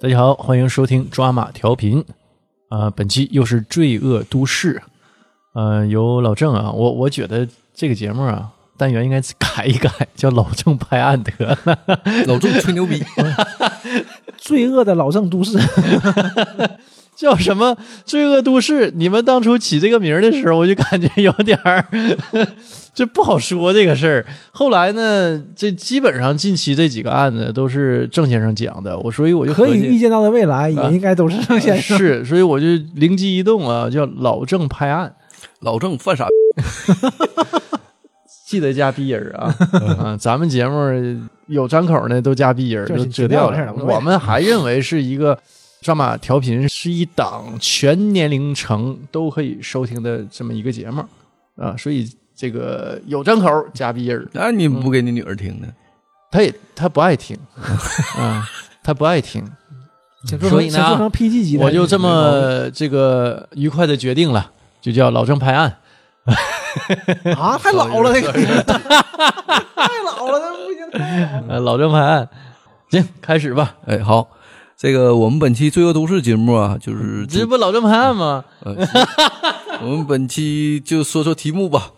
大家好，欢迎收听抓马调频。啊，本期又是《罪恶都市》，呃，由老郑啊，我我觉得这个节目啊，单元应该改一改，叫老郑拍案得 了。老郑吹牛逼， 罪恶的老郑都市，叫什么《罪恶都市》？你们当初起这个名儿的时候，我就感觉有点儿， 这不好说这个事儿。后来呢，这基本上近期这几个案子都是郑先生讲的，我所以我就可合以计预见到的未来啊也应该都是郑先 生。是，所以我就灵机一动啊，叫老郑拍案，老郑犯傻逼，记得加逼音儿 啊啊！咱们节目有张口呢都加逼音儿，就是都尽遮掉量事儿了。无所谓我们还认为是一个抓马调频是一档全年龄层都可以收听的这么一个节目啊，所以这个有张口加逼音儿，那、你不给你女儿听呢？他也他不爱听 啊，他不爱听。请做所成以请呢做成 PG 级的，我就这么这个愉快的决定了，就叫老郑拍案。啊，太老了，那个 太老了，那不行，太老了。呃，老郑拍案，行，开始吧。哎，好，这个我们本期《罪恶都市》节目啊，就是嗯这不老郑拍案吗？呃是我们本期就说说题目吧。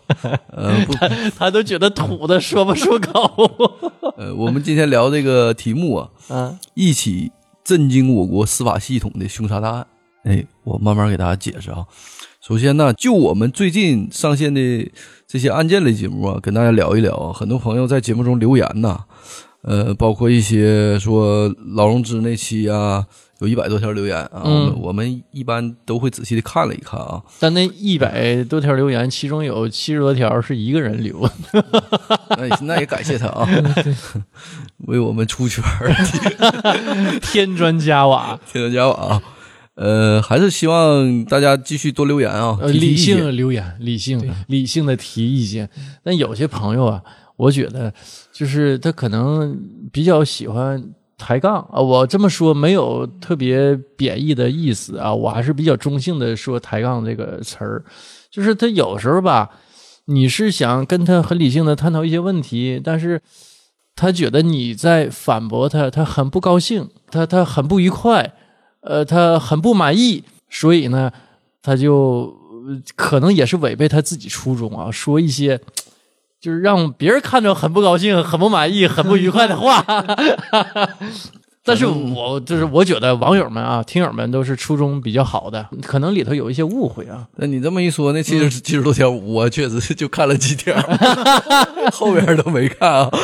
呃，不，他都觉得土的说不出 口。呃，我们今天聊这个题目啊，嗯，一起震惊我国司法系统的凶杀大案。哎，我慢慢给大家解释啊。首先呢，就我们最近上线的这些案件类节目啊，跟大家聊一聊啊。很多朋友在节目中留言呐、呃，包括一些说劳荣枝那期啊，有一百多条留言啊，嗯我们我们一般都会仔细的看了一看啊。但那一百多条留言，其中有七十多条是一个人 留，那也那也感谢他 啊， 为我们出圈儿添砖加瓦，添砖加瓦啊。呃，还是希望大家继续多留言啊，呃，提提理意见性留言，理性理性的提意见。但有些朋友啊，我觉得就是他可能比较喜欢抬杠啊。我这么说没有特别贬义的意思啊，我还是比较中性的说抬杠这个词儿，就是他有时候吧，你是想跟他很理性的探讨一些问题，但是。他觉得你在反驳他，他很不高兴，他他很不愉快，呃，他很不满意，所以呢，他就呃可能也是违背他自己初衷啊，说一些就是让别人看着很不高兴、很不满意、很不愉快的话。 但是我就是我觉得网友们啊、听友们都是初衷比较好的，可能里头有一些误会啊。那你这么一说，那七十七十多条，我确实是就看了几条， 后边都没看啊。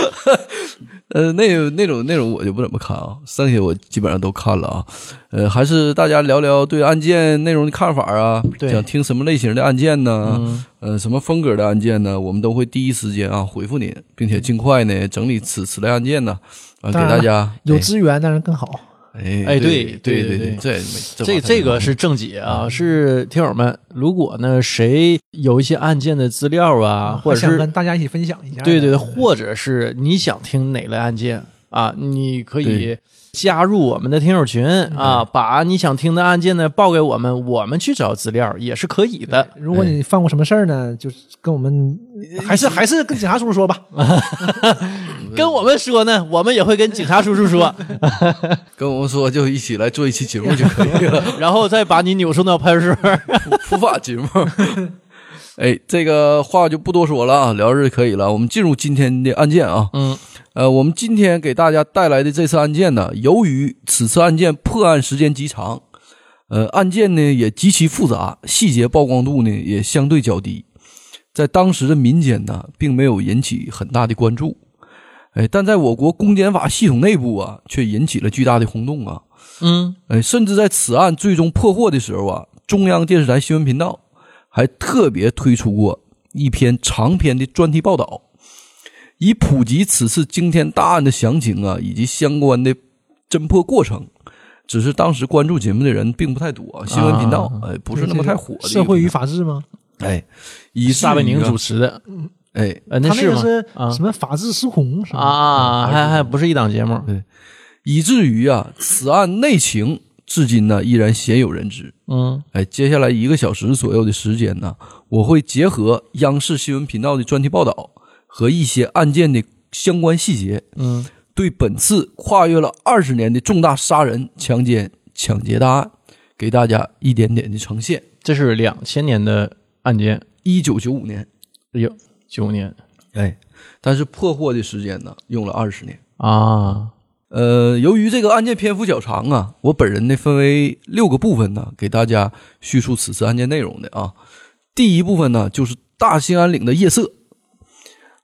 呃，那那种那种我就不怎么看啊，剩下我基本上都看了啊。呃，还是大家聊聊对案件内容的看法啊，对想听什么类型的案件呢？呃，什么风格的案件呢？我们都会第一时间啊回复您，并且尽快呢整理此此类案件呢，啊、给当然大家有资源当然更好，哎哎对对对对对这这这这个是正解啊，是听友们。如果呢谁有一些案件的资料啊，或者还想是跟大家一起分享一下。对对对，或者是你想听哪类案件啊，你可以对加入我们的听友群啊，把你想听的案件呢报给我们，我们去找资料也是可以的。如果你犯过什么事儿呢，就是跟我们，还是还是跟警察叔叔说吧。跟我们说呢，我们也会跟警察叔叔 说，跟我们说就一起来做一期节目就可以了。然后再把你扭送到派出 所。 普法节目。哎，这个话就不多说了啊，聊这就可以了。我们进入今天的案件啊，嗯，呃，我们今天给大家带来的这次案件呢，由于此次案件破案时间极长，呃，案件呢也极其复杂，细节曝光度呢也相对较低，在当时的民间呢，并没有引起很大的关注。哎，但在我国公检法系统内部啊，却引起了巨大的轰动啊。嗯，哎，甚至在此案最终破获的时候啊，中央电视台新闻频道还特别推出过一篇长篇的专题报道，以普及此次惊天大案的详情啊，以及相关的侦破过程。只是当时关注节目的人并不太多啊，新闻频道哎不是那么太火的一个社会与频法治吗？道哎，以撒贝宁主持持的，哎呃，他那那个吗？是啊什么法治失控是吧？啊，还还不是一档节目。以至于啊，此案内情至今呢依然鲜有人知。嗯哎，接下来一个小时左右的时间呢，我会结合央视新闻频道的专题报道和一些案件的相关细节，嗯对本次跨越了二十年的重大杀人、强奸、抢劫大案，给大家一点点的呈现。这是两千年的案件，一九九五年，哎呦，九年哎，但是破获的时间呢，用了二十年。啊，呃，由于这个案件篇幅较长啊，我本人呢分为六个部分呢，给大家叙述此次案件内容的啊。第一部分呢，就是大兴安岭的夜色。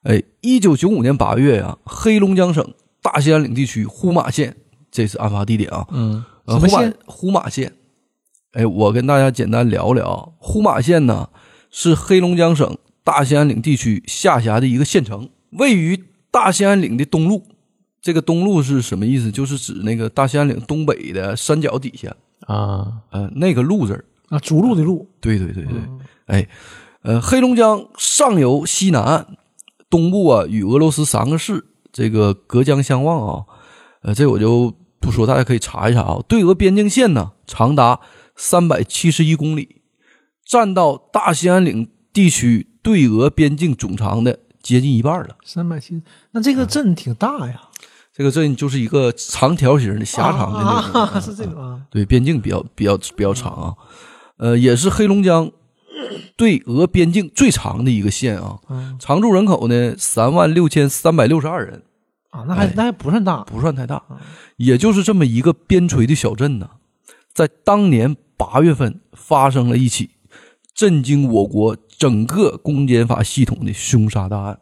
哎，一九九五年八月啊，黑龙江省大兴安岭地区呼玛县，这是案发地点啊。嗯，呃什么呼玛县？呼玛县。哎，我跟大家简单聊聊，呼玛县呢是黑龙江省大兴安岭地区下辖的一个县城，位于大兴安岭的东麓。这个东麓是什么意思？就是指那个大兴安岭东北的山脚底下，啊，呃，那个路字儿。啊，逐鹿的鹿，对对对对，嗯哎，呃，黑龙江上游西南岸东部啊，与俄罗斯三个市这个隔江相望啊，呃，这我就不说，大家可以查一查啊。对俄边境线呢，长达三百七十一公里，占到大兴安岭地区对俄边境总长的接近一半了。三百七，那这个镇挺大呀，这个镇就是一个长条形的狭长的那种。啊，是这种啊，对，边境比较比较比较长啊，呃，也是黑龙江对俄边境最长的一个县啊，嗯常住人口呢三万六千三百六十二人，啊，那还那还不算大，不算太大，也就是这么一个边陲的小镇呢，在当年八月份发生了一起震惊我国整个公检法系统的凶杀大案。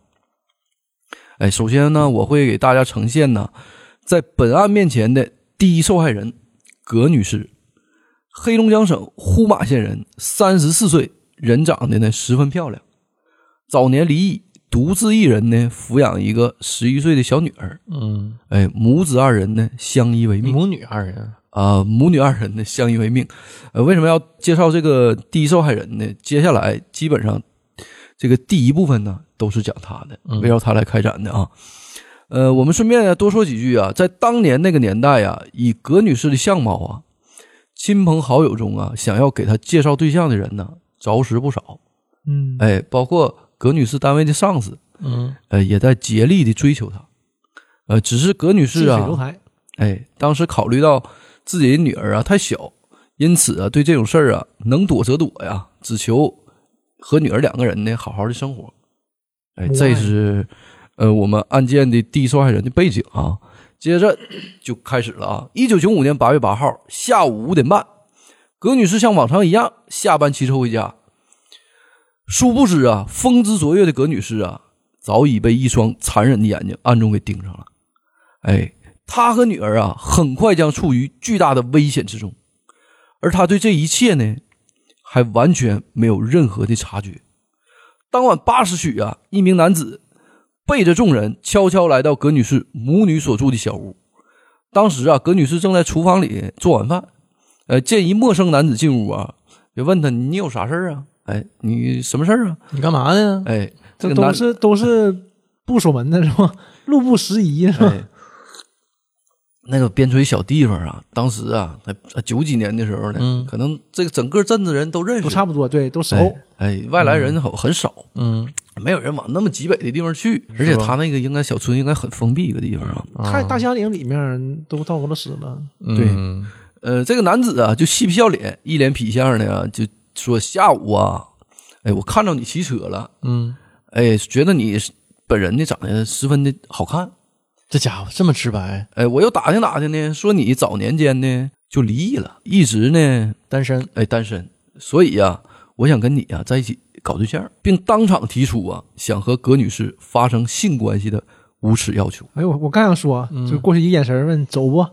哎，首先呢，我会给大家呈现呢，在本案面前的第一受害人葛女士，黑龙江省呼玛县人，三十四岁，人长得呢十分漂亮，早年离异，独自一人呢抚养一个十一岁的小女儿。嗯，哎，母子二人呢相依为命母女二人，啊、母女二人呢相依为命。呃，为什么要介绍这个第一受害人呢？接下来基本上这个第一部分呢都是讲他的，围绕他来开展的啊。呃，我们顺便呢多说几句啊，在当年那个年代啊，以葛女士的相貌啊，亲朋好友中啊，想要给她介绍对象的人呢，着实不少。嗯，哎，包括葛女士单位的上司，嗯，呃，也在竭力的追求她。呃，只是葛女士近啊，水楼台，哎，当时考虑到自己的女儿啊太小，因此啊，对这种事儿啊，能躲则躲呀，只求和女儿两个人呢好好的生活。哎，母爱这是呃我们案件的第一受害人的背景啊。接着就开始了啊，一九九五年八月八号下午五点半，葛女士像往常一样下班骑车回家。殊不知啊，风姿卓越的葛女士啊，早已被一双残忍的眼睛暗中给盯上了。哎，他和女儿啊，很快将处于巨大的危险之中，而他对这一切呢，还完全没有任何的察觉。当晚八时许啊，一名男子背着众人，悄悄来到葛女士母女所住的小屋。当时啊，葛女士正在厨房里做晚饭，呃，见一陌生男子进屋啊，就问他：“你有啥事儿啊？哎，你什么事儿啊你干嘛呢？”？哎，这这个都男是都是不守门的是吧？ 路不拾遗是吧？ 哎，那个边陲小地方啊，当时啊，那九几年的时候呢，嗯可能这个整个镇子人都认识， 都差哦不多，对，都熟，哎哎，外来人口很少，嗯，没有人往那么极北的地方去，而且他那个应该小村应该很封闭一个地方啊。太大兴安岭里面都到俄罗斯了，对嗯呃，这个男子啊，就嬉皮笑脸，一脸痞相的啊，就说下午啊，哎，我看到你骑车了，嗯，哎，觉得你本人呢长得十分的好看，这家伙这么直白，哎，我又打听打听呢，说你早年间呢就离异了，一直呢单 身，哎，单身，所以呀、我想跟你啊在一起搞对象，并当场提出啊想和葛女士发生性关系的无耻要求。哎，我我刚想说，嗯就过去一眼神儿问走不，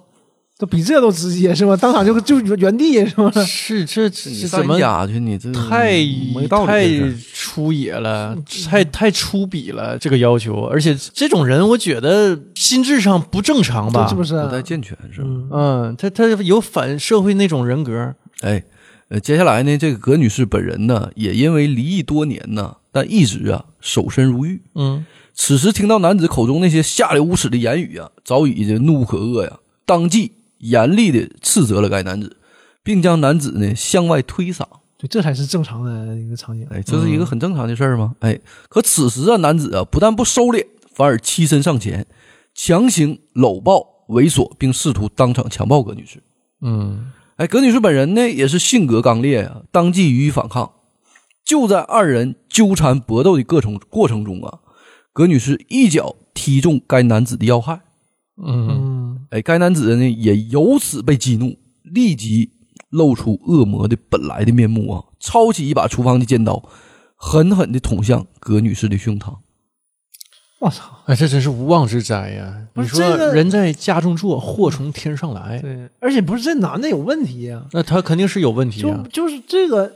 这比这都直接是吧？当场就就原原地是吧？是这这你这怎上人么嗯家去？你这太没道理这太事儿。出野了，太太出笔了，这个要求，而且这种人，我觉得心智上不正常吧是？不是啊？不太健全是吧？嗯，嗯，他他有反社会那种人格，哎，呃，接下来呢，这个葛女士本人呢，也因为离异多年呢，但一直啊守身如玉。嗯此时听到男子口中那些下流无耻的言语啊，早已这怒不可遏呀，当即严厉的斥责了该男子，并将男子呢向外推搡。对，这才是正常的一个场景。哎，这是一个很正常的事儿吗？哎，可此时啊，男子啊不但不收敛，反而欺身上前，强行搂抱、猥琐，并试图当场强暴葛女士。嗯哎，葛女士本人呢也是性格刚烈啊，当即予以反抗。就在二人纠缠搏斗的过程过程中啊，葛女士一脚踢中该男子的要害。嗯嗯，哎，该男子呢也由此被激怒，立即露出恶魔的本来的面目啊，抄起一把厨房的尖刀，狠狠地捅向葛女士的胸膛。我操！哎，这真是无妄之灾呀！不你是说这个人在家中坐，祸从天上来，对，而且不是这男的有问题呀、那他肯定是有问题啊就啊呀。就是这个，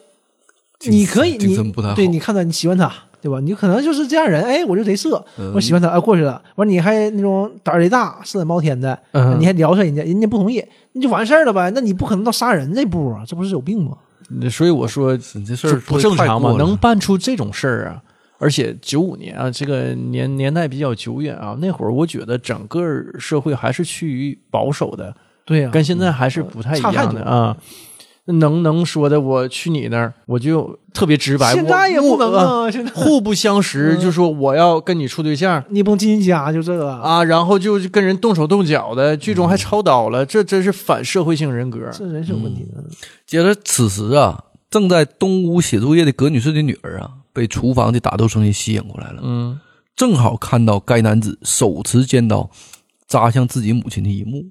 挺你可以挺你真不太好对，你看他，你喜欢他，对吧？你可能就是这样人，哎，我就贼色，嗯我喜欢他，啊，过去了。完，你还那种胆儿贼大，四眼猫天的，嗯你还聊上人家，人家不同意，那就完事儿了呗。那你不可能到杀人这步啊，这不是有病吗？所以我说你这事这儿不正常嘛，能办出这种事儿啊！而且九五年啊，这个年年代比较久远啊，那会儿我觉得整个社会还是趋于保守的，对呀、跟现在还是不太一嗯差样太多的啊。能能说的，我去你那儿，我就特别直白。现在也我不能，啊，现在互不相识，嗯就说我要跟你处对象，你不能进人家就这个，啊，然后就跟人动手动脚的，剧中还操刀了，这真是反社会性人格。这人是有问题嗯的。接着，此时啊，正在东屋写作业的葛女士的女儿啊，被厨房的打斗声音吸引过来了，嗯正好看到该男子手持尖刀扎向自己母亲的一幕。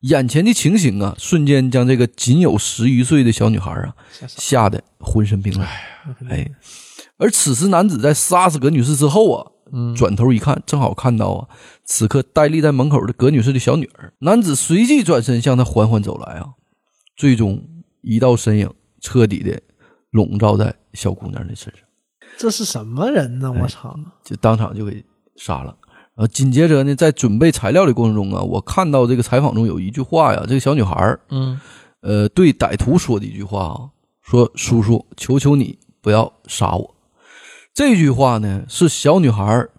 眼前的情形啊，瞬间将这个仅有十余岁的小女孩啊吓傻吓得浑身冰冷。哎，而此时男子在杀死葛女士之后啊，嗯转头一看，正好看到啊，此刻呆立在门口的葛女士的小女儿。男子随即转身向她缓缓走来啊，最终一道身影彻底的笼罩在小姑娘的身上，这是什么人哎呢？我操！就当场就给杀了。然后紧接着呢，在准备材料的过程中啊，我看到这个采访中有一句话呀，这个小女孩儿嗯呃对歹徒说的一句话啊，说叔叔，求求你不要杀我。这句话呢是小女孩儿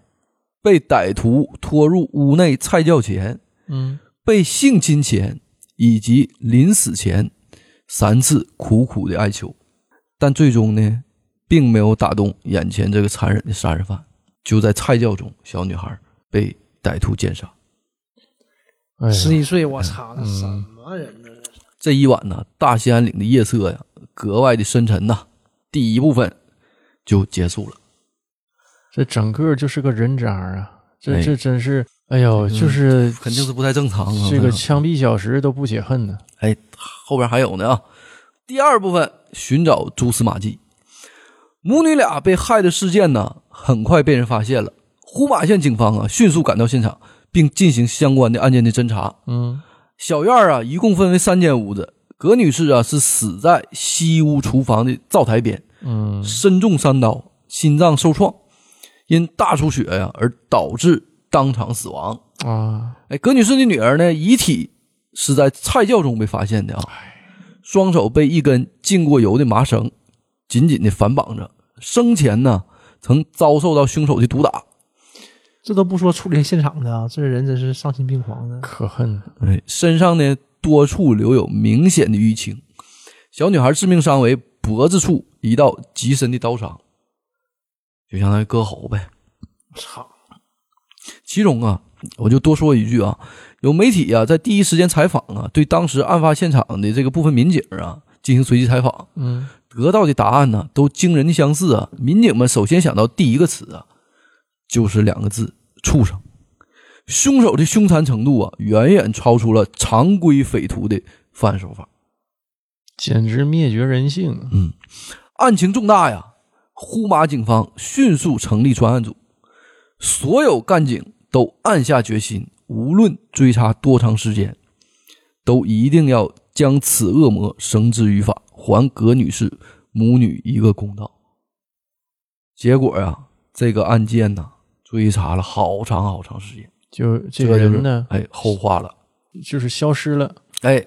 被歹徒拖入屋内菜窖前、嗯被性侵前以及临死前三次苦苦的哀求，但最终呢，并没有打动眼前这个残忍的杀人犯。就在菜窖中，小女孩儿被歹徒奸杀。哎呀嗯十一岁，我操，那什么人呢？这一晚呢，大兴安岭的夜色呀，格外的深沉呐、第一部分就结束了，这整个就是个人渣啊！这哎这真是，哎嗯呦，就是肯定是不太正常啊。这个我看枪毙小时都不解恨呢。哎，后边还有呢啊。第二部分寻找蛛丝马迹，母女俩被害的事件呢，很快被人发现了。呼马县警方啊，迅速赶到现场，并进行相关的案件的侦查。嗯小院儿啊，一共分为三间屋子。葛女士啊，是死在西屋厨房的灶台边，嗯身中三刀，心脏受创，因大出血呀、而导致当场死亡。啊，哎，葛女士的女儿呢，遗体是在菜窖中被发现的啊，双手被一根浸过油的麻绳紧紧的反绑着，生前呢曾遭受到凶手的毒打。这都不说处理现场的啊，这人真是丧心病狂的。可恨！哎，身上呢多处留有明显的淤青，小女孩致命伤为脖子处一道极深的刀伤，就相当于割喉呗。操！其中啊，我就多说一句啊，有媒体啊在第一时间采访啊，对当时案发现场的这个部分民警啊进行随机采访，嗯得到的答案呢都惊人的相似啊。民警们首先想到第一个词啊，就是两个字：畜生。凶手的凶残程度啊，远远超出了常规匪徒的犯案手法。简直灭绝人性！案情重大呀！呼马警方迅速成立专案组，所有干警都暗下决心，无论追查多长时间，都一定要将此恶魔绳之于法，还葛女士母女一个公道。结果呀、这个案件呢，追查了好长好长时间，就这这个个就是人呢，哎，后话了。就是消失了。哎，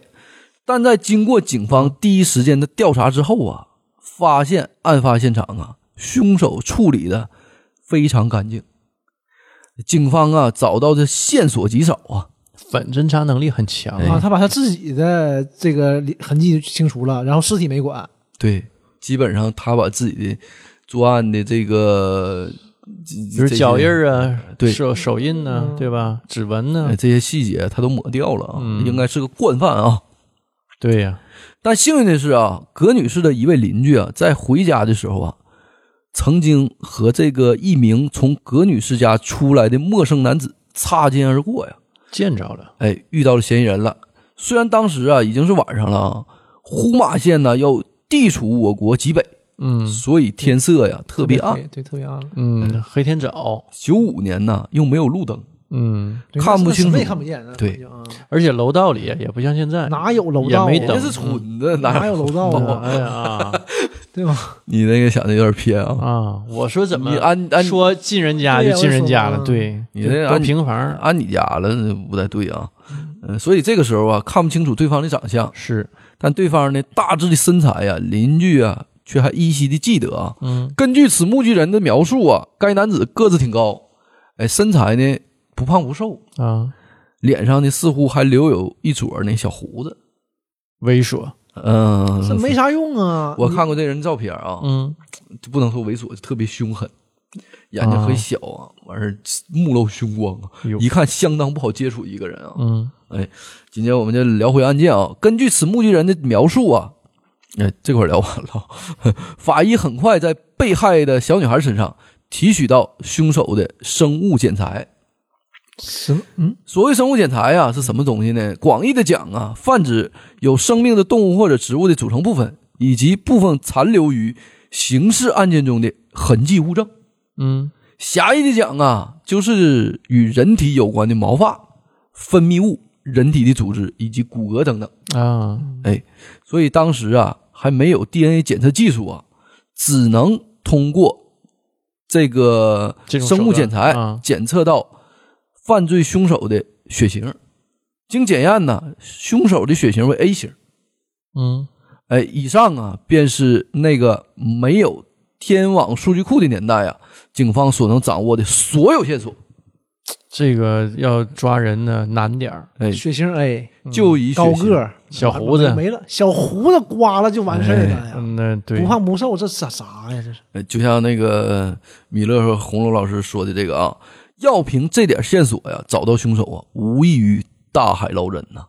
但在经过警方第一时间的调查之后啊，发现案发现场啊，凶手处理的非常干净。警方啊，找到的线索极少啊，反侦查能力很强哎啊，啊！他把他自己的这个痕迹清除了，然后尸体没管，对，基本上他把自己的作案的这个比如脚印儿啊，对手手印呢、对吧？指纹呢、哎这些细节他都抹掉了啊，嗯应该是个惯犯啊。对呀、但幸运的是啊，葛女士的一位邻居啊，在回家的时候啊，曾经和这个一名从葛女士家出来的陌生男子擦肩而过呀。见着了，哎，遇到了嫌疑人了。虽然当时啊已经是晚上了啊，呼玛县呢要地处我国极北，嗯所以天色呀特别暗。黑，对，特别暗，嗯，黑天沼，九五年呢又没有路灯，嗯，对看不清楚什么也看不见。那对环境啊而且楼道里也不像现在，哪有楼道啊？也没灯那是蠢的，哪哪有有？楼道啊？哎呀啊对吧？你那个想的有点偏啊。啊！我说怎么你按按说进人家对就呀进人家了，我说对，你这多按平房按你家了那不太对啊。嗯，所以这个时候啊看不清楚对方的长相，是，但对方呢大致的身材呀、邻居啊却还依稀的记得啊。嗯根据此目击人的描述啊，该男子个子挺高，哎，身材呢不胖不瘦，啊，脸上呢似乎还留有一撮那小胡子。猥琐，嗯，这没啥用 啊！我看过这人照片啊，嗯就不能说猥琐，就特别凶狠，眼睛很小啊，完事儿目露凶光啊哎呦，一看相当不好接触一个人啊。嗯今天我们就聊回案件啊。根据此目击人的描述啊，哎，这块儿聊完了。 法医很快在被害的小女孩身上提取到凶手的生物检材。什么？嗯，所谓生物检材啊，是什么东西呢？广义的讲啊，泛指有生命的动物或者植物的组成部分，以及部分残留于刑事案件中的痕迹物证。嗯狭义的讲啊，就是与人体有关的毛发、分泌物、人体的组织以及骨骼等等。啊，所以当时啊还没有 DNA 检测技术啊，只能通过这个这种生手物段检材啊检测到犯罪凶手的血型。经检验呢，凶手的血型为 A 型。嗯哎，以上啊便是那个没有天网数据库的年代啊，警方所能掌握的所有线索。这个要抓人呢难点儿，哎，血型 A，就嗯以血高型个儿，小胡子，没了，小胡子刮了就完事儿了呀，嗯，那对不，胖不瘦，这啥啥呀？这是呃，就像那个米勒和红楼老师说的这个啊，要凭这点线索呀，找到凶手啊，无异于大海捞针呐、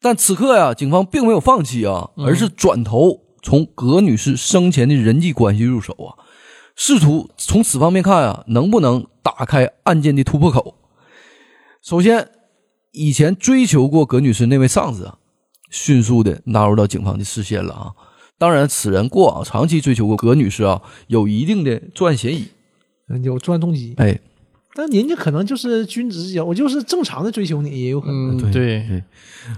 但此刻呀，警方并没有放弃啊，而是转头从葛女士生前的人际关系入手啊，试图从此方面看啊，能不能打开案件的突破口。首先，以前追求过葛女士那位上司啊，迅速的纳入到警方的视线了啊。当然，此人过往长期追求过葛女士啊，有一定的作案嫌疑。有专案动机，哎，但人家可能就是君子之交，我就是正常的追求你也有可能。嗯对对，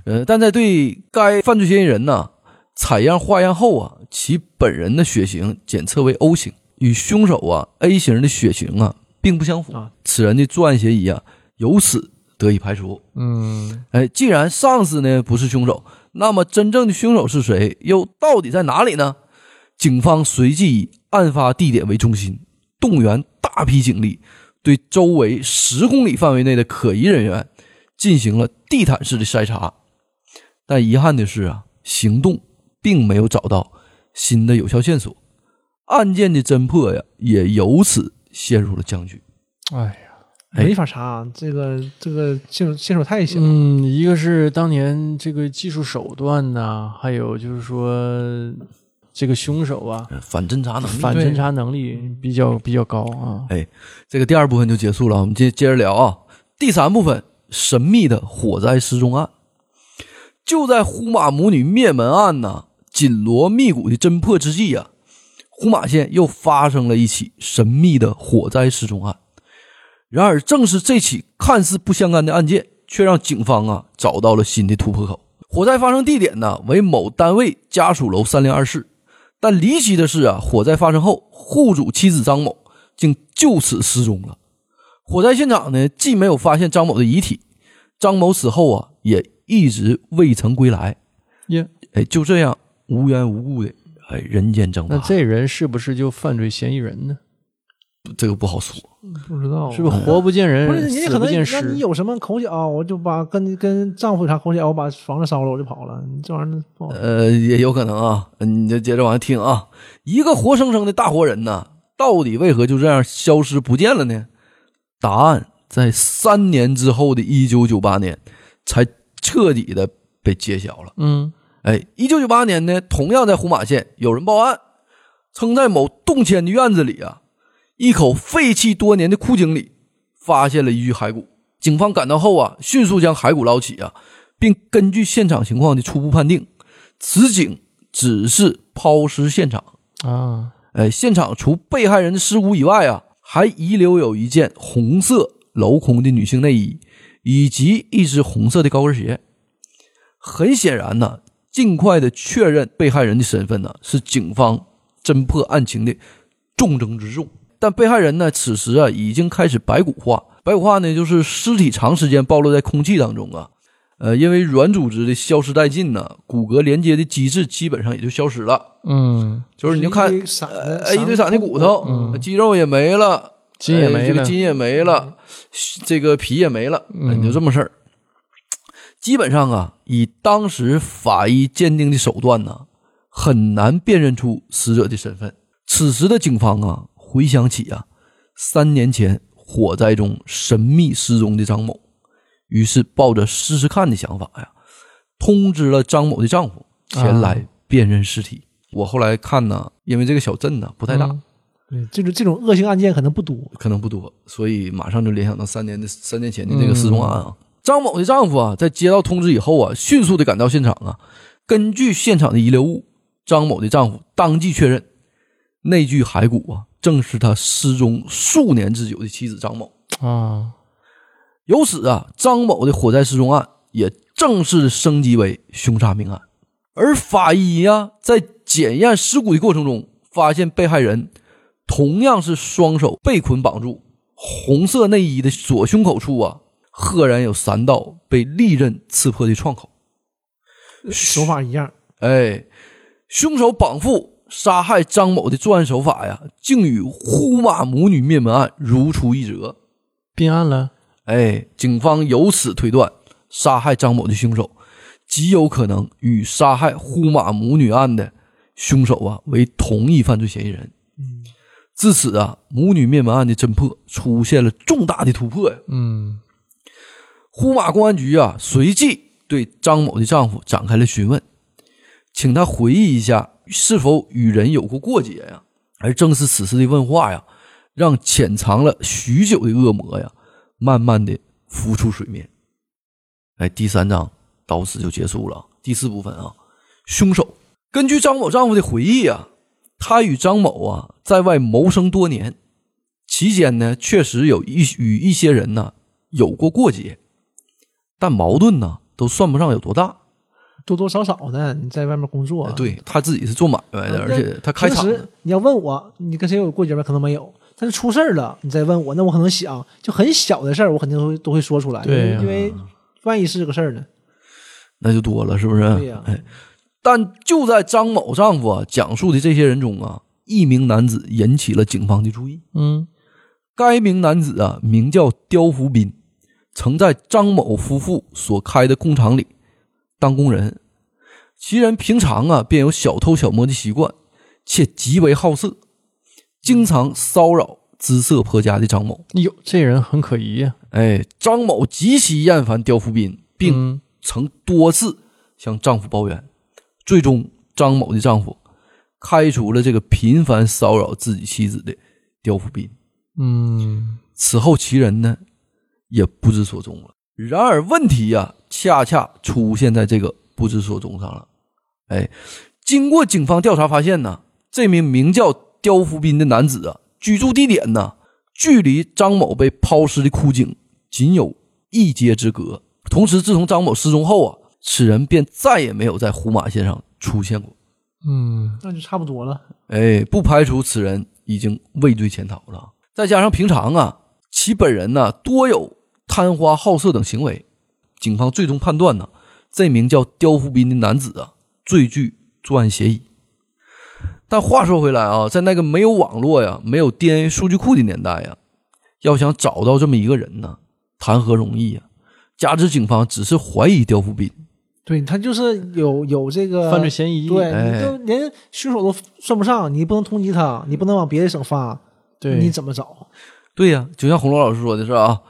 呃，但在对该犯罪嫌疑人呢采样化验后啊，其本人的血型检测为 O 型，与凶手啊 A 型的血型啊并不相符啊。此人的作案嫌疑啊由此得以排除。嗯哎，既然上司呢不是凶手，那么真正的凶手是谁？又到底在哪里呢？警方随即以案发地点为中心，动员大批警力，对周围十公里范围内的可疑人员进行了地毯式的筛查。但遗憾的是啊，行动并没有找到新的有效线索，案件的侦破呀也由此陷入了僵局。哎呀。哎没法查，这个这个线索线索太小，嗯，一个是当年这个技术手段呐、还有就是说这个凶手啊，呃反侦查能力反侦查能力比较比较高啊。这个第二部分就结束了，我们接接着聊啊。第三部分，神秘的火灾失踪案，就在呼玛母女灭门案呢紧锣密鼓的侦破之际啊，呼玛县又发生了一起神秘的火灾失踪案。然而，正是这起看似不相干的案件，却让警方啊找到了新的突破口。火灾发生地点呢为某单位家属楼三零二室，但离奇的是啊，火灾发生后，户主妻子张某竟就此失踪了。火灾现场呢，既没有发现张某的遗体，张某死后啊，也一直未曾归来。耶，哎，就这样无缘无故的，哎，人间蒸发。那这人是不是就犯罪嫌疑人呢？这个不好说。不知道啊是不是活不见嗯人，哦不是，人家死可不能见让你尸？有什么口角，我就把跟跟丈夫有啥口角，我把房子烧了，我就跑了。你这玩意儿呃不好，呃，也有可能啊。你就接着往下听啊。一个活生生的大活人呢，到底为何就这样消失不见了呢？答案在三年之后的一九九八年才彻底的被揭晓了。嗯哎，一九九八年呢，同样在胡马县有人报案，称在某动迁的院子里啊，一口废弃多年的枯井里发现了一具骸骨。警方赶到后啊，迅速将骸骨捞起啊，并根据现场情况的初步判定，此井只是抛尸现场。啊，哎，现场除被害人的尸骨以外啊，还遗留有一件红色镂空的女性内衣，以及一只红色的高跟鞋。很显然呢、尽快的确认被害人的身份呢、是警方侦破案情的重中之重。但被害人呢，此时啊已经开始白骨化，白骨化呢就是尸体长时间暴露在空气当中啊，呃，因为软组织的消失殆尽呢，骨骼连接的机制基本上也就消失了。嗯，就是你就看一堆散嗯的哎，一堆散的骨头，肌肉也没了，筋也哎没这个了筋也没了，这个皮也没了，哎嗯你就这么事儿。基本上啊，以当时法医鉴定的手段呢，很难辨认出死者的身份。此时的警方啊，回想起啊，三年前火灾中神秘失踪的张某，于是抱着试试看的想法呀，通知了张某的丈夫前啊来辨认尸体。我后来看呢，因为这个小镇呢不太大，嗯对这种这种恶性案件可能不多，可能不多，所以马上就联想到三年的三年前的这个失踪案啊。张某的丈夫啊，在接到通知以后啊，迅速的赶到现场啊，根据现场的遗留物，张某的丈夫当即确认，那具骸骨啊，正是他失踪数年之久的妻子张某。啊，由此啊，张某的火灾失踪案也正式升级为凶杀命案。而法医呀、在检验尸骨的过程中，发现被害人同样是双手被捆绑住，红色内衣的左胸口处啊，赫然有三道被利刃刺破的创口。手法一样，哎，凶手绑缚杀害张某的作案手法呀，竟与呼马母女灭门案如出一辙。并案了，哎，警方由此推断，杀害张某的凶手极有可能与杀害呼马母女案的凶手啊为同一犯罪嫌疑人。至此啊，母女灭门案的侦破出现了重大的突破呀！嗯呼马公安局啊，随即对张某的丈夫展开了询问，请他回忆一下是否与人有过过节呀、而正是此次的问话呀，让潜藏了许久的恶魔呀，慢慢的浮出水面。哎，第三章到此就结束了啊。第四部分啊，凶手。根据张某丈夫的回忆啊，他与张某啊在外谋生多年，期间呢确实有一与一些人呢有过过节，但矛盾呢都算不上有多大。多多少少的你在外面工作，哎，对他自己是做买卖的，嗯而啊那且他开平厂的时你要问我，你跟谁有过节吗？可能没有。但是出事儿了，你再问我，那我可能想，就很小的事儿，我肯定会都会说出来。对呀因为啊因为万一是个事儿呢？那就多了，是不是？对呀哎，但就在张某丈夫啊讲述的这些人中啊，一名男子引起了警方的注意。嗯该名男子啊，名叫刁福斌，曾在张某夫妇所开的工厂里当工人。其人平常啊，便有小偷小摸的习惯，且极为好色，经常骚扰姿色颇佳的张某。哟，这人很可疑呀，哎，张某极其厌烦刁福斌，并嗯曾多次向丈夫抱怨，最终张某的丈夫开除了这个频繁骚扰自己妻子的刁福斌。嗯此后其人呢也不知所踪了。然而问题呀、恰恰出现在这个不知所踪上了。哎，经过警方调查发现呢，这名名叫刁福斌的男子啊，居住地点呢距离张某被抛尸的枯井仅有一街之隔。同时，自从张某失踪后啊，此人便再也没有在胡马县上出现过。嗯那就差不多了。哎，不排除此人已经畏罪潜逃了。再加上平常啊，其本人呢、多有贪花好色等行为，警方最终判断呢，这名叫刁福斌的男子啊，最具作案嫌疑。但话说回来啊，在那个没有网络呀、没有 DNA 数据库的年代呀，要想找到这么一个人呢，谈何容易呀、加之警方只是怀疑刁福斌，对他就是有有这个犯罪嫌疑，呃对，哎你都连凶手都算不上，你不能通缉他，你不能往别的省发，对你怎么找？对呀、就像红楼老师说的是啊，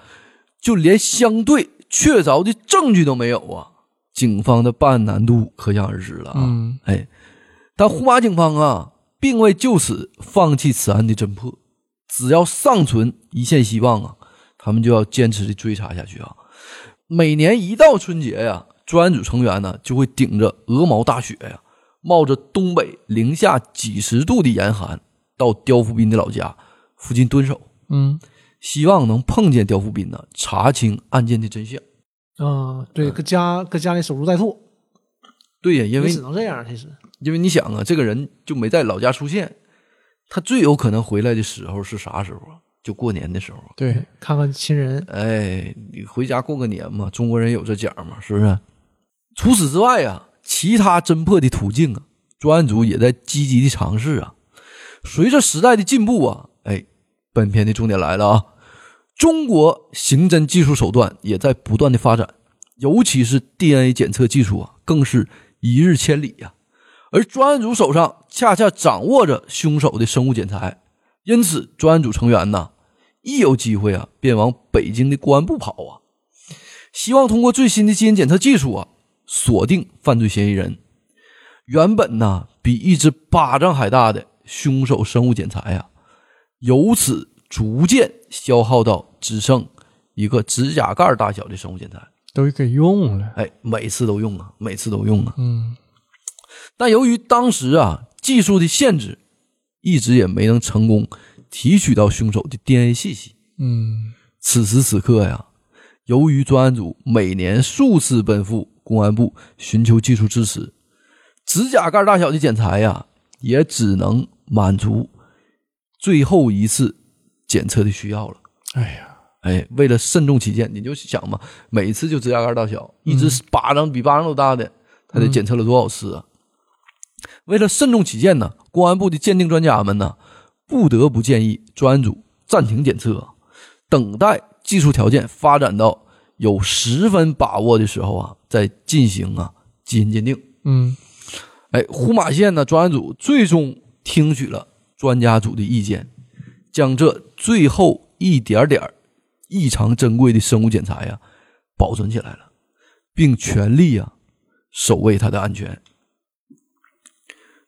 就连相对确凿的证据都没有啊，警方的办案难度可想而知了啊。嗯哎，但呼马警方啊，并未就此放弃此案的侦破，只要尚存一线希望啊，他们就要坚持的追查下去啊。每年一到春节呀、专案组成员呢就会顶着鹅毛大雪呀、冒着东北零下几十度的严寒，到刁福斌的老家附近蹲守，嗯，希望能碰见刁福斌呢，查清案件的真相。啊，对，搁家搁家里守株待兔，对呀，因为你只能这样，其实因为你想啊，这个人就没在老家出现，他最有可能回来的时候是啥时候啊？就过年的时候啊。对，看看亲人，哎，你回家过个年嘛，中国人有这讲嘛，是不是？除此之外呀、其他侦破的途径啊，专案组也在积极的尝试啊。随着时代的进步啊，哎，本片的重点来了啊，中国刑侦技术手段也在不断的发展，尤其是 DNA 检测技术啊，更是一日千里呀、而专案组手上恰恰掌握着凶手的生物检材，因此专案组成员呢一有机会啊，便往北京的公安部跑啊，希望通过最新的基因检测技术啊，锁定犯罪嫌疑人。原本呢，比一只巴掌还大的凶手生物检材呀、由此逐渐消耗到只剩一个指甲盖儿大小的生物检材。都给用了，哎，每次都用啊，每次都用啊。嗯但由于当时啊技术的限制，一直也没能成功提取到凶手的 DNA 信息。嗯此时此刻呀，由于专案组每年数次奔赴公安部寻求技术支持，指甲盖大小的检材呀，也只能满足最后一次检测的需要了。哎呀，哎，为了慎重起见，你就想嘛，每次就指甲盖大小，一只巴掌比巴掌都大的，他得检测了多少次啊？为了慎重起见呢，公安部的鉴定专家们呢，不得不建议专案组暂停检测，等待技术条件发展到有十分把握的时候啊，再进行啊基因鉴定。嗯哎，呼马县呢，专案组最终听取了专家组的意见，将这最后一点点儿异常珍贵的生物检材呀、保存起来了，并全力呀、守卫它的安全。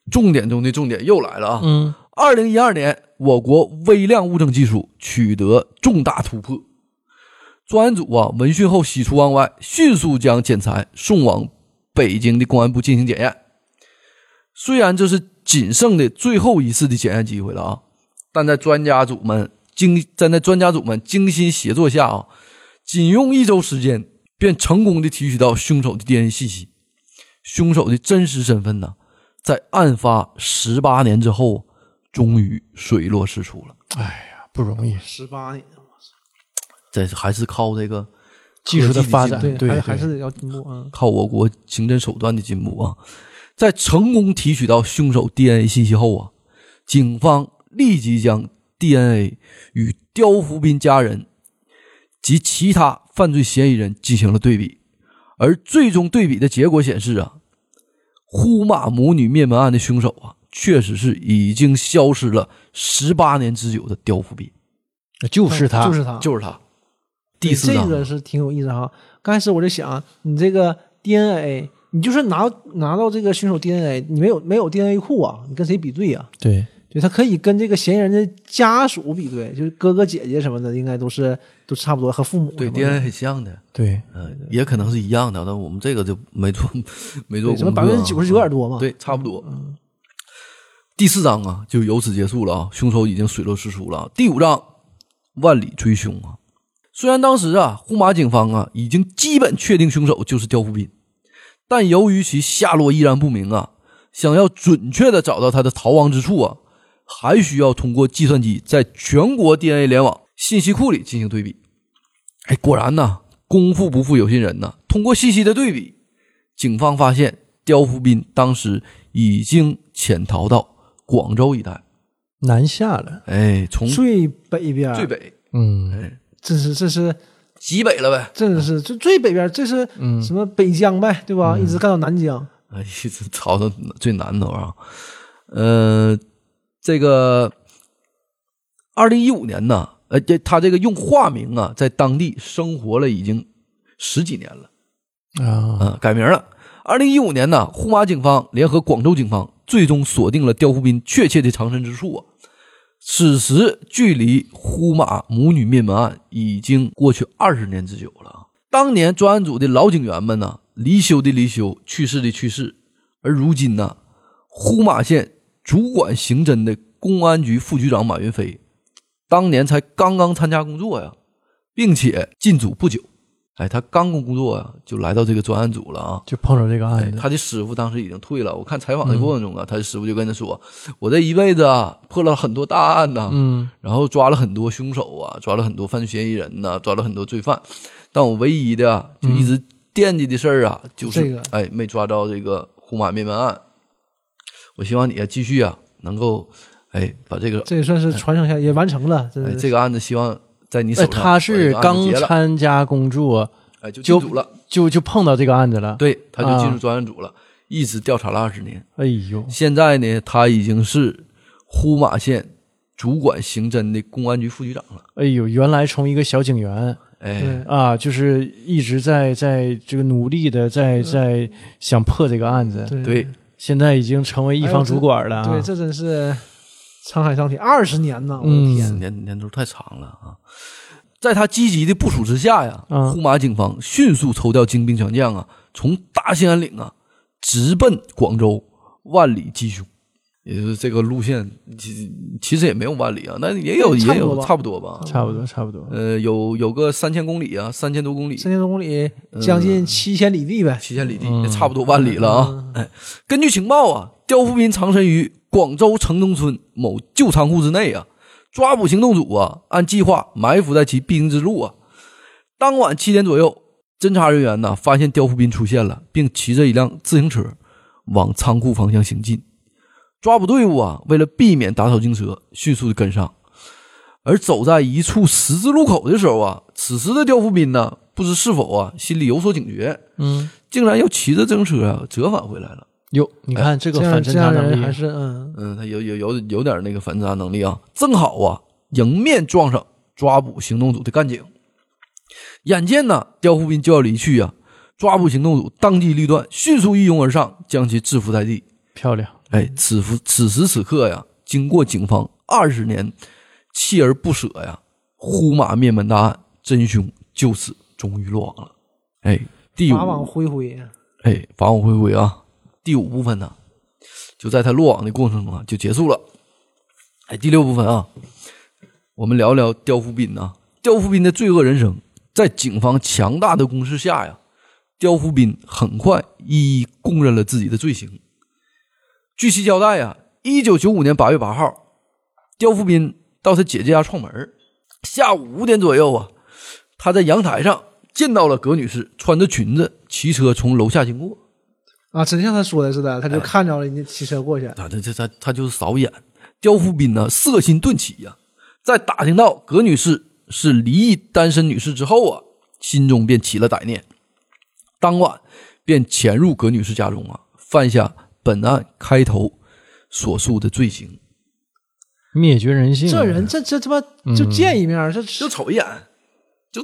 重点中的重点又来了啊！嗯，二零一二年，我国微量物证技术取得重大突破。专案组啊，闻讯后喜出望外，迅速将检材送往北京的公安部进行检验。虽然这是仅剩的最后一次的检验机会了啊，但在专家组们精站在专家组们精心协作下啊，仅用一周时间便成功的提取到凶手的 DNA 信息，凶手的真实身份呢，在案发十八年之后啊，终于水落石出了。哎呀，不容易，十八年，这还是靠这个技术的发展，对，啊对，还对还是要进步啊。靠我国刑侦手段的进步啊，在成功提取到凶手 DNA 信息后啊，警方立即将 DNA 与刁福斌家人及其他犯罪嫌疑人进行了对比，而最终对比的结果显示啊，呼马母女灭门案的凶手啊，确实是已经消失了十八年之久的刁福斌，就是他，就是他，就是他。对第四这档个是挺有意思哈。刚开始我就想，你这个 DNA，你就是拿拿到这个凶手 DNA，你没有没有 DNA 库啊，你跟谁比对啊？对，对他可以跟这个嫌疑人的家属比对，就是哥哥姐姐什么的，应该都是都差不多，和父母对什么的 DNA 很像的，对，嗯，也可能是一样的，但我们这个就没做没做功对什么课百啊分之九十九点多嘛，对，差不多。第四章啊，就由此结束了啊，凶手已经水落石出了啊。第五章，万里追凶啊。虽然当时啊，呼马警方啊已经基本确定凶手就是刁福斌，但由于其下落依然不明啊，想要准确的找到他的逃亡之处啊，还需要通过计算机在全国 DNA 联网信息库里进行对比。哎，果然呐、功夫不负有心人呐、通过信息的对比，警方发现刁福斌当时已经潜逃到广州一带，南下了，哎，从最北边，啊最，北，嗯，哎，这是这是极北了呗。真的是这最北边，这是嗯什么北疆呗，对吧？一直干到南疆， 哎，这操到最南头啊。呃，这个二零一五年呢，呃，这他这个用化名啊，在当地生活了已经十几年了，啊，啊、改名了。二零一五年呢，呼玛警方联合广州警方，最终锁定了刁湖斌确切的藏身之处啊。此时，距离呼玛母女灭门案已经过去二十年之久了啊。当年专案组的老警员们呢，离休的离休，去世的去世，而如今呢，呼玛县主管刑侦的公安局副局长马云飞，当年才刚刚参加工作呀，并且进组不久，哎，他刚工作呀，就来到这个专案组了啊。就碰着这个哎案，子，他的师傅当时已经退了。我看采嗯访的过程中啊，他的师傅就跟他说：“我这一辈子啊，破了很多大案呐、嗯然后抓了很多凶手啊，抓了很多犯罪嫌疑人呐、抓了很多罪犯，但我唯一的啊就一直嗯惦记的事儿啊，就是、这个哎，没抓着这个红马灭门案。我希望你啊，继续啊，能够哎把这个这也算是传承下，也完成了，真哎是。这个案子，希望在你手哎，上。他是把这个案刚子结了参加工作，哎就就进组了，就就碰到这个案子了。，对，他就进入啊专案组了，一直调查了二十年。哎呦，现在呢，他已经是呼玛县主管刑侦的公安局副局长了。哎呦，原来从一个小警员哎，对，啊，就是一直在在这个努力的在在想破这个案子，对对，现在已经成为一方主管了啊。对，这真是沧海桑田，二十年呐，我嗯的天！年年头太长了啊。在他积极的部署之下呀，嗯呼玛警方迅速抽调精兵强将啊，从大兴安岭啊直奔广州，万里缉凶。也就是这个路线，其其实也没有万里啊，那也有差也不多有吧差不多吧。差不多，差不多。呃，有有个三千公里啊，三千多公里，三千多公里，将近七千里地呗。七千哎里地，也差不多万里了啊。哎，根据情报啊，刁富斌藏身于广州城中村某旧仓库之内啊。抓捕行动组啊，按计划埋伏在其必经之路啊。当晚七点左右，侦查人员呢发现刁富斌出现了，并骑着一辆自行车往仓库方向行进。抓捕队伍啊，为了避免打草惊蛇，迅速的跟上。而走在一处十字路口的时候啊，此时的刁富斌呢，不知是否啊心里有所警觉，嗯，竟然又骑着自行车啊折返回来了。哟，你看这个这样反这侦查样能人力还是嗯，嗯，他有有有有点那个反侦查能力啊，正好啊迎面撞上抓捕行动组的干警。眼见呢，刁富斌就要离去啊，抓捕行动组当机立断，迅速一拥而上，将其制服在地。漂亮。哎，此时此时此刻呀，经过警方二十年锲而不舍呀，呼马灭门大案真凶就此终于落网了。哎，第五法网恢恢，哎，法网恢恢啊，第五部分呢，就在他落网的过程中啊，就结束了。哎，第六部分啊，我们聊聊刁富斌呐。刁富斌的罪恶人生，在警方强大的攻势下呀，刁富斌很快一一供认了自己的罪行。据其交代呀，一九九五年八月八号，刁富斌到他姐姐家串门儿下午五点左右啊，他在阳台上见到了葛女士穿着裙子骑车从楼下经过。啊，真像他说的似的，他就看着人家骑车过去，啊，他这他他就是扫眼。刁富斌呢，色心顿起呀、在打听到葛女士是离异单身女士之后啊，心中便起了歹念，当晚便潜入葛女士家中啊，犯下本案开头所述的罪行，灭绝人性啊，这人这这他妈就见一面，这就瞅一眼，就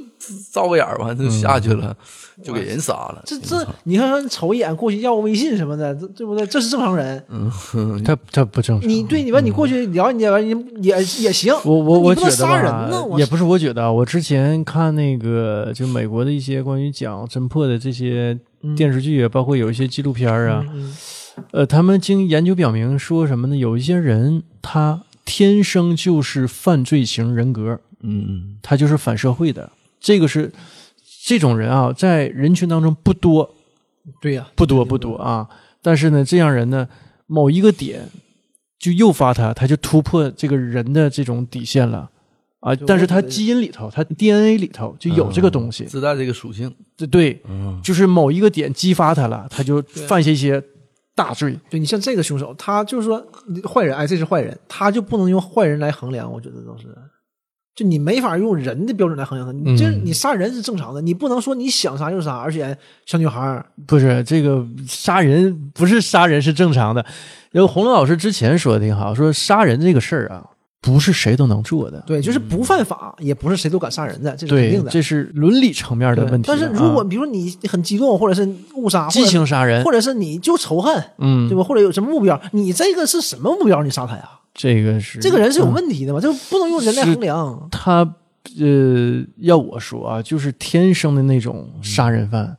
照个眼儿，完就下去了， 就给人杀了。嗯这这， 你看说瞅一眼过去要个微信什么的，这对不对？这是正常人。嗯嗯他他不正常。你对，你完你过去聊人家，完人家也也行。我我我你觉不能得杀人吧呢，，我也不是我觉得啊，我之前看那个就美国的一些关于讲侦破的这些电视剧啊，包括有一些纪录片儿啊，嗯呃，他们经研究表明说什么呢？有一些人他天生就是犯罪型人格，嗯，他就是反社会的，这个是这种人啊，在人群当中不多，嗯对呀，不多不多啊。但是呢，这样人呢，某一个点就诱发他，他就突破这个人的这种底线了啊就。但是我觉他得嗯基因里头，他 DNA 里头就有这个东西，嗯自带这个属性，对对，嗯，就是某一个点激发他了，他就犯下一些大罪。对你像这个凶手，他就是说坏人，哎，这是坏人，他就不能用坏人来衡量，我觉得都是。就你没法用人的标准来衡量它。嗯你这你杀人是正常的，你不能说你想杀就杀，而且小女孩儿不是这个杀人，不是杀人是正常的。因为洪龙老师之前说的挺好，说杀人这个事儿啊，不是谁都能做的。对，就是不犯法，也不是谁都敢杀人的，这是肯嗯对定，的。这是伦理层面的对问题啊。但是如果啊比如说你很激动，或者是误杀，或激者情杀人或，者是你就仇恨，嗯对，吧？或者有什么目标，你这个是什么目标？你杀他呀？这个是嗯这个人是有问题的嘛？这不能用人来衡量。他呃，要我说啊，就是天生的那种杀嗯人犯、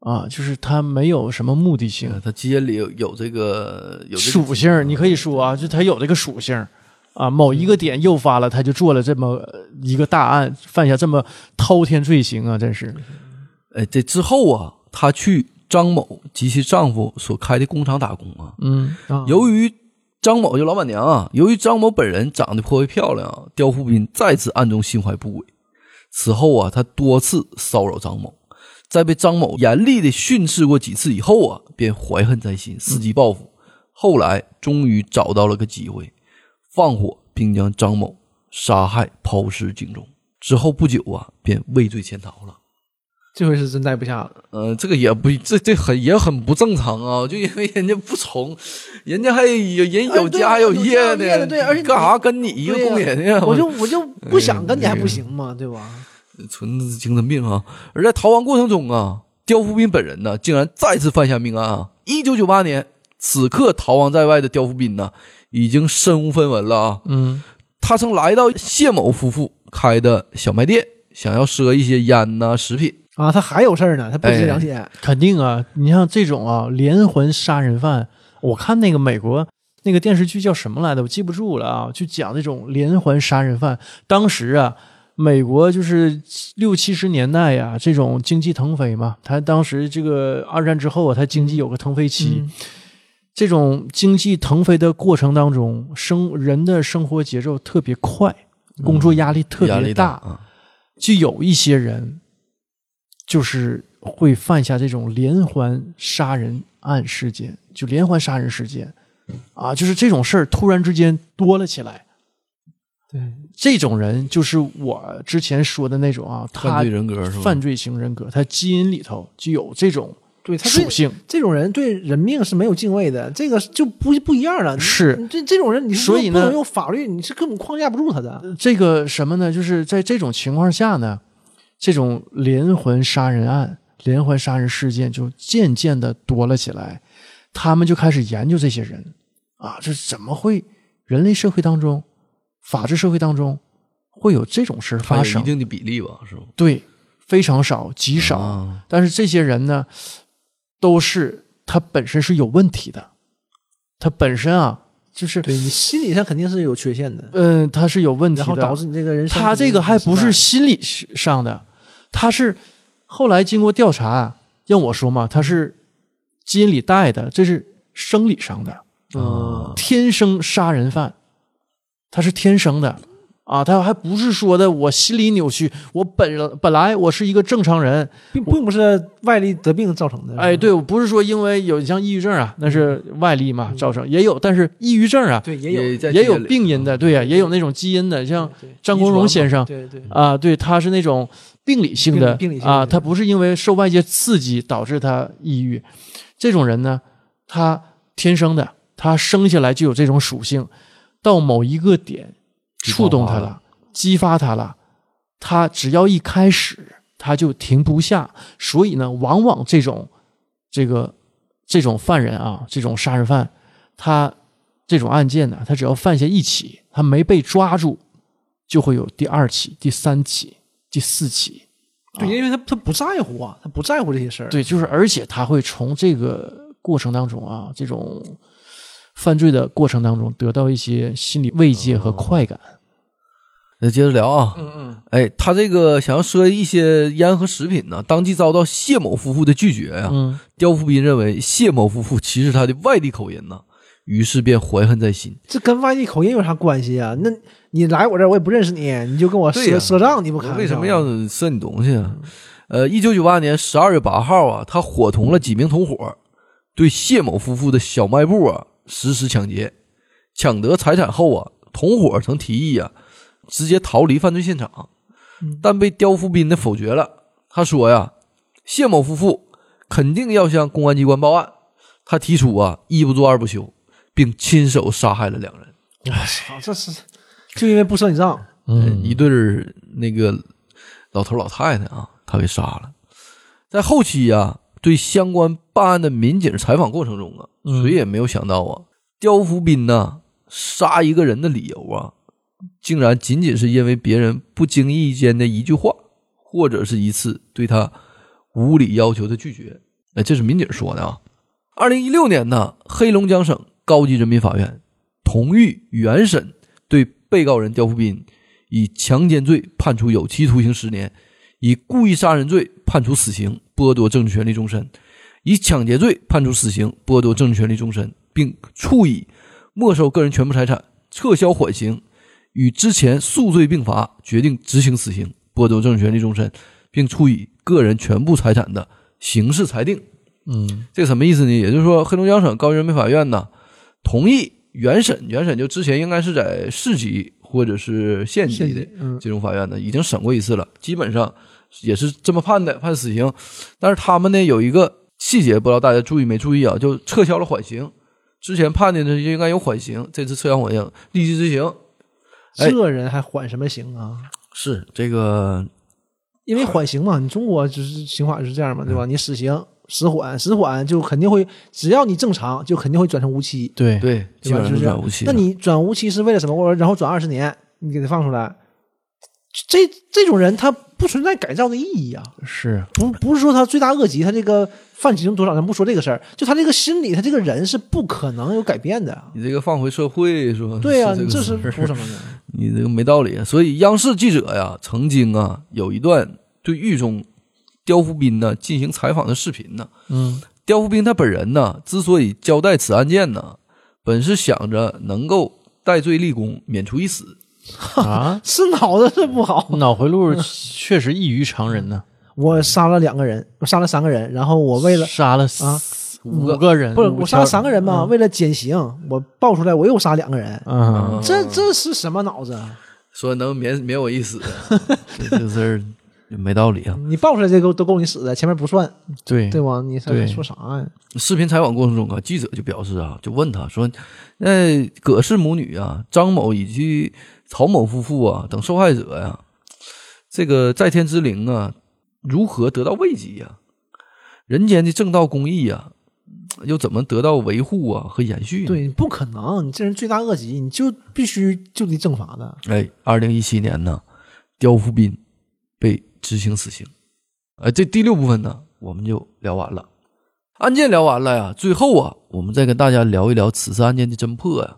啊，就是他没有什么目的性、呃他基因里有有这个嗯有这个属性，你可以说啊，就他有这个属性啊，某一嗯个点诱发了他就做了这么呃一个大案，犯下这么滔天罪行啊，真是哎，这之后啊，她去张某及其丈夫所开的工厂打工啊。嗯啊由于张某就老板娘啊，由于张某本人长得颇为漂亮啊，刁富斌再次暗中心怀不轨。此后啊，他多次骚扰张某，在被张某严厉的训斥过几次以后啊，便怀恨在心，伺机报复。后来终于找到了个机会，放火并将张某杀害抛尸井中。之后不久啊，便畏罪潜逃了。这回是真待不下了。嗯，这个也不这这很也很不正常啊！ 就因为人家不从，人家还有人有哎对家有有业家有业的对而且你干啥跟你一个对呀工人呀？我就我就嗯不想跟你还不行吗？对吧？纯精神病啊！而在逃亡过程中啊，刁富斌本人呢，竟然再次犯下命案啊！一九九八年，此刻逃亡在外的刁富斌呢，已经身无分文了啊！嗯，他曾来到谢某夫妇开的小卖店，想要赊一些烟呐、食品。啊，他还有事儿呢，他不哎止两天。肯定啊，你像这种啊连环杀人犯，我看那个美国。那个电视剧叫什么来的？我记不住了啊！就讲那种连环杀人犯。当时啊，美国就是六七十年代呀、这种经济腾飞嘛。它当时这个二战之后啊，它经济有个腾飞期。嗯这种经济腾飞的过程当中，生人的生活节奏特别快，工作压力特压别力大，啊！就有一些人就是会犯下这种连环杀人案事件，就连环杀人事件啊，就是这种事儿突然之间多了起来。对，这种人就是我之前说的那种啊，犯他罪人格是吧？犯罪型人格，他基因里头就有这种对他属这性。这种人对人命是没有敬畏的，这个就不不一样了。你是你这这种人，你是所以呢不能用法律，你是根本框架不住他的。这个什么呢？就是在这种情况下呢，这种连环杀人案、连环杀人事件就渐渐的多了起来，他们就开始研究这些人啊，这怎么会人类社会当中、法治社会当中会有这种事儿它发有生一？定的比例吧，是吧？对，非常少，极少。啊但是这些人呢，都是他本身是有问题的，他本身啊，就是对你心理上肯定是有缺陷的，嗯，他是有问题的，然后导致你这个人生他这个还不是失心理上的，他是后来经过调查，让我说嘛，他是基因里带的，这是生理上的，啊，天生杀人犯，他是天生的啊，他还不是说的我心理扭曲，我本本来我是一个正常人，败，并并不是外力得病造成的。哎，对我不是说因为有像抑郁症啊，那是外力嘛造成，也有，但是抑郁症啊对，也有也在也基有因里病因的，对呀、也有那种基因的，像对张国荣先生。对对啊，对，他是那种病理性的病理病理性的啊，他不是因为受外界刺激导致他抑郁，这种人呢，他天生的，他生下来就有这种属性，到某一个点激发触动他他了，激发他了，他只要一开始他就停不下，所以呢，往往这种这个这种犯人啊，这种杀人犯，他这种案件呢，他只要犯下一起，他没被抓住，就会有第二起、第三起、第四起。对，因为他他不在乎啊，他不在乎这些事儿。对，就是而且他会从这个过程当中啊，这种犯罪的过程当中得到一些心理慰藉和快感。那接着聊啊，嗯嗯，哎，他这个想要赊一些烟和食品呢，当即遭到谢某夫妇的拒绝呀、嗯，刁富斌认为谢某夫妇歧视他的外地口音呢，于是便怀恨在心。这跟外地口音有啥关系啊？那你来我这儿，我也不认识你，你就跟我对呀赊赊账，你不看？为什么要 赊你东西啊？呃，一九九八年十二月八号啊，他伙同了几名同伙，对谢某夫妇的小卖部啊实施抢劫。抢得财产后啊，同伙曾提议啊，直接逃离犯罪现场，但被刁富斌的否决了。他说呀，谢某夫妇肯定要向公安机关报案。他提出啊，一不做二不休，并亲手杀害了两人，操，啊这是就因为不算你账，嗯，一对儿那个老头老太太啊，他给杀了。在后期啊，对相关办案的民警采访过程中啊，谁也没有想到啊，刁福斌呐杀一个人的理由啊，竟然仅仅是因为别人不经意间的一句话，或者是一次对他无理要求的拒绝。哎，这是民警说的啊。二零一六年呢，黑龙江省高级人民法院同意原审对被告人刁富斌以强奸罪判处有期徒刑十年，以故意杀人罪判处死刑，剥夺政治权利终身；以抢劫罪判处死刑，剥夺政治权利终身，并处以没收个人全部财产、撤销缓刑，与之前数罪并罚，决定执行死刑，剥夺政治权利终身，并处以个人全部财产的刑事裁定。嗯这什么意思呢？也就是说，黑龙江省高级人民法院呢，同意原审，原审就之前应该是在市级或者是县级现的在嗯，这种法院呢，已经审过一次了，基本上也是这么判的，判死刑。但是他们呢有一个细节，不知道大家注意没注意啊？就撤销了缓刑，之前判的呢就应该有缓刑，这次撤销缓刑，立即执行。哎这人还缓什么刑啊？是这个因为缓刑嘛，你中国就是刑法就是这样嘛，对吧？你死刑、死缓、死缓就肯定会，只要你正常，就肯定会转成无期，对对，基对吧？本上就是是这软样无期。那你转无期是为了什么？我说然后转二十年，你给他放出来，这这种人他不存在改造的意义啊！是不不是说他罪大恶极，他这个犯刑多少，咱不说这个事儿，就他这个心理，他这个人是不可能有改变的。你这个放回社会说，对呀、嗯是你个这事是儿图什么呢？你这个没道理。啊所以央视记者呀，曾经啊有一段对狱中刁福斌呢进行采访的视频呢。嗯刁福斌他本人呢，之所以交代此案件呢，本是想着能够戴罪立功，免除一死。啊，是脑子是不好。脑回路确实异于常人呢。我杀了两个人，我杀了三个人，然后我为了杀了啊五个人，不是我杀了三个个人嘛，为了减刑，我爆出来我又杀两个人，啊，这这是什么脑子？说能免免我 一死，这这事儿就没道理啊。你爆出来这个都够你死的，前面不算，对对吧？你对还说啥呀？视频采访过程中啊，记者就表示啊，就问他说：“那、葛氏母女啊，张某以及曹某夫妇啊等受害者呀、这个在天之灵啊，如何得到慰藉呀、人间的正道公义呀、又怎么得到维护啊和延续呢？”对，不可能，你这人罪大恶极，你就必须就地正法的。哎，二零一七年呢，刁富斌被执行死刑。哎，这第六部分呢，我们就聊完了，案件聊完了呀。最后啊，我们再跟大家聊一聊此次案件的侦破呀，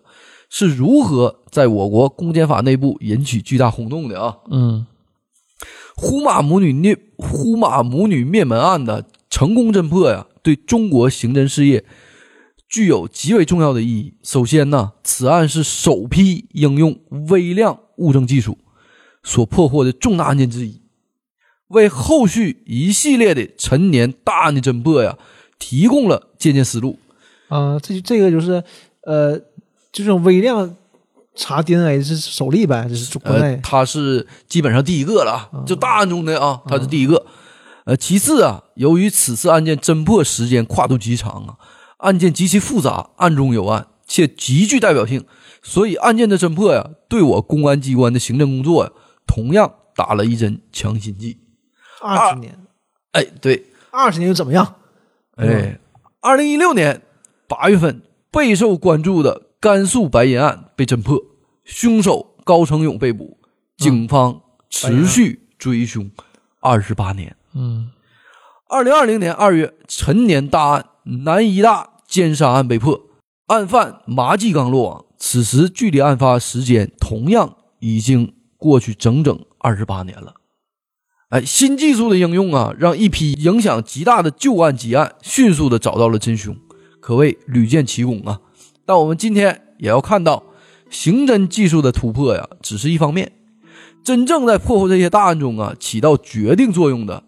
是如何在我国公检法内部引起巨大轰动的啊。嗯呼马母女灭呼马母女灭门案的成功侦破呀，对中国刑侦事业具有极为重要的意义。首先呢，此案是首批应用微量物证技术所破获的重大案件之一，为后续一系列的陈年大案的侦破呀，提供了借鉴思路。啊、这就这个就是，呃，就这种微量查 DNA 是首例呗，这是中国呃内，。嗯他是基本上第一个了啊，就大案中的啊，他是第一个。呃，其次啊，由于此次案件侦破时间跨度极长啊，案件极其复杂，案中有案，且极具代表性，所以案件的侦破呀、对我公安机关的行政工作呀、同样打了一针强心剂。二十、年，哎，对，二十年又怎么样？哎，二零一六年八月份，备受关注的甘肃白银案被侦破，凶手高成勇被捕，警方持续追凶二十八年。嗯二零二零年二月，陈年大案南医大奸杀案被破，案犯麻继刚落网。此时距离案发时间同样已经过去整整二十八年了。哎，新技术的应用啊，让一批影响极大的旧案积案迅速的找到了真凶，可谓屡建奇功啊。但我们今天也要看到，刑侦技术的突破呀，只是一方面，真正在破获这些大案中啊，起到决定作用的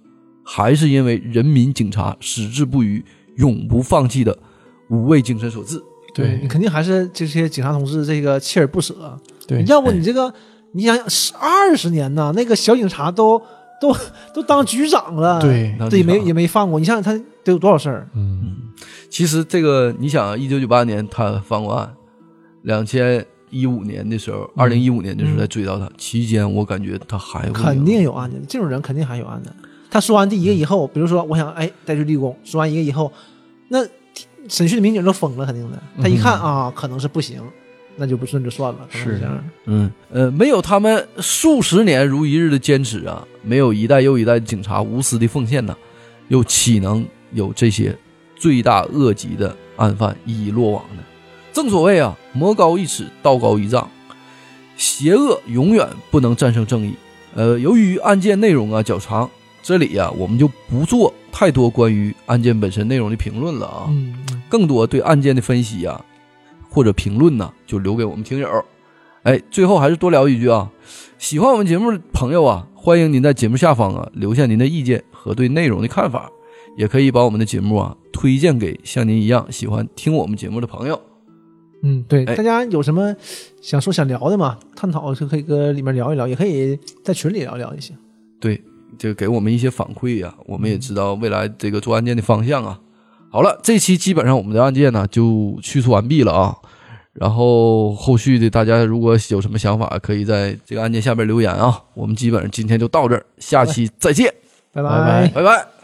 还是因为人民警察矢志不渝、永不放弃的无畏精神所致。对嗯你肯定还是这些警察同志这个锲而不舍，对要不你这个你想想，十二十年呐，那个小警察都都都当局长了，对当对，局长没也没放过。你想想他得有多少事儿？嗯，其实这个，你想，啊一九九八年他翻过案，两千一五年的时候，二零一五年的时候才追到他，期间我感觉他还会有嗯肯定有案子，这种人肯定还有案子。他说完第一个以后，比如说我想哎再去立功，说完一个以后，那审讯的民警都疯了，肯定的。他一看啊，可能是不行，那就不顺就算了，可能是这样。嗯呃，没有他们数十年如一日的坚持啊，没有一代又一代的警察无私的奉献呐，又岂能有这些罪大恶极的案犯一一落网呢？正所谓啊，魔高一尺，道高一丈，邪恶永远不能战胜正义。呃，由于案件内容啊较长，这里呀、我们就不做太多关于案件本身内容的评论了啊。嗯，更多对案件的分析啊，或者评论呢、就留给我们听友。哎，最后还是多聊一句啊，喜欢我们节目的朋友啊，欢迎您在节目下方啊留下您的意见和对内容的看法，也可以把我们的节目啊推荐给像您一样喜欢听我们节目的朋友。嗯，对，哎大家有什么想说想聊的嘛？探讨就可以跟里面聊一聊，也可以在群里聊一聊也行。对，就给我们一些反馈呀、我们也知道未来这个做案件的方向啊。好了，这期基本上我们的案件呢就叙述完毕了啊。然后后续的大家如果有什么想法，可以在这个案件下边留言啊。我们基本上今天就到这儿，下期再见，拜拜拜拜拜。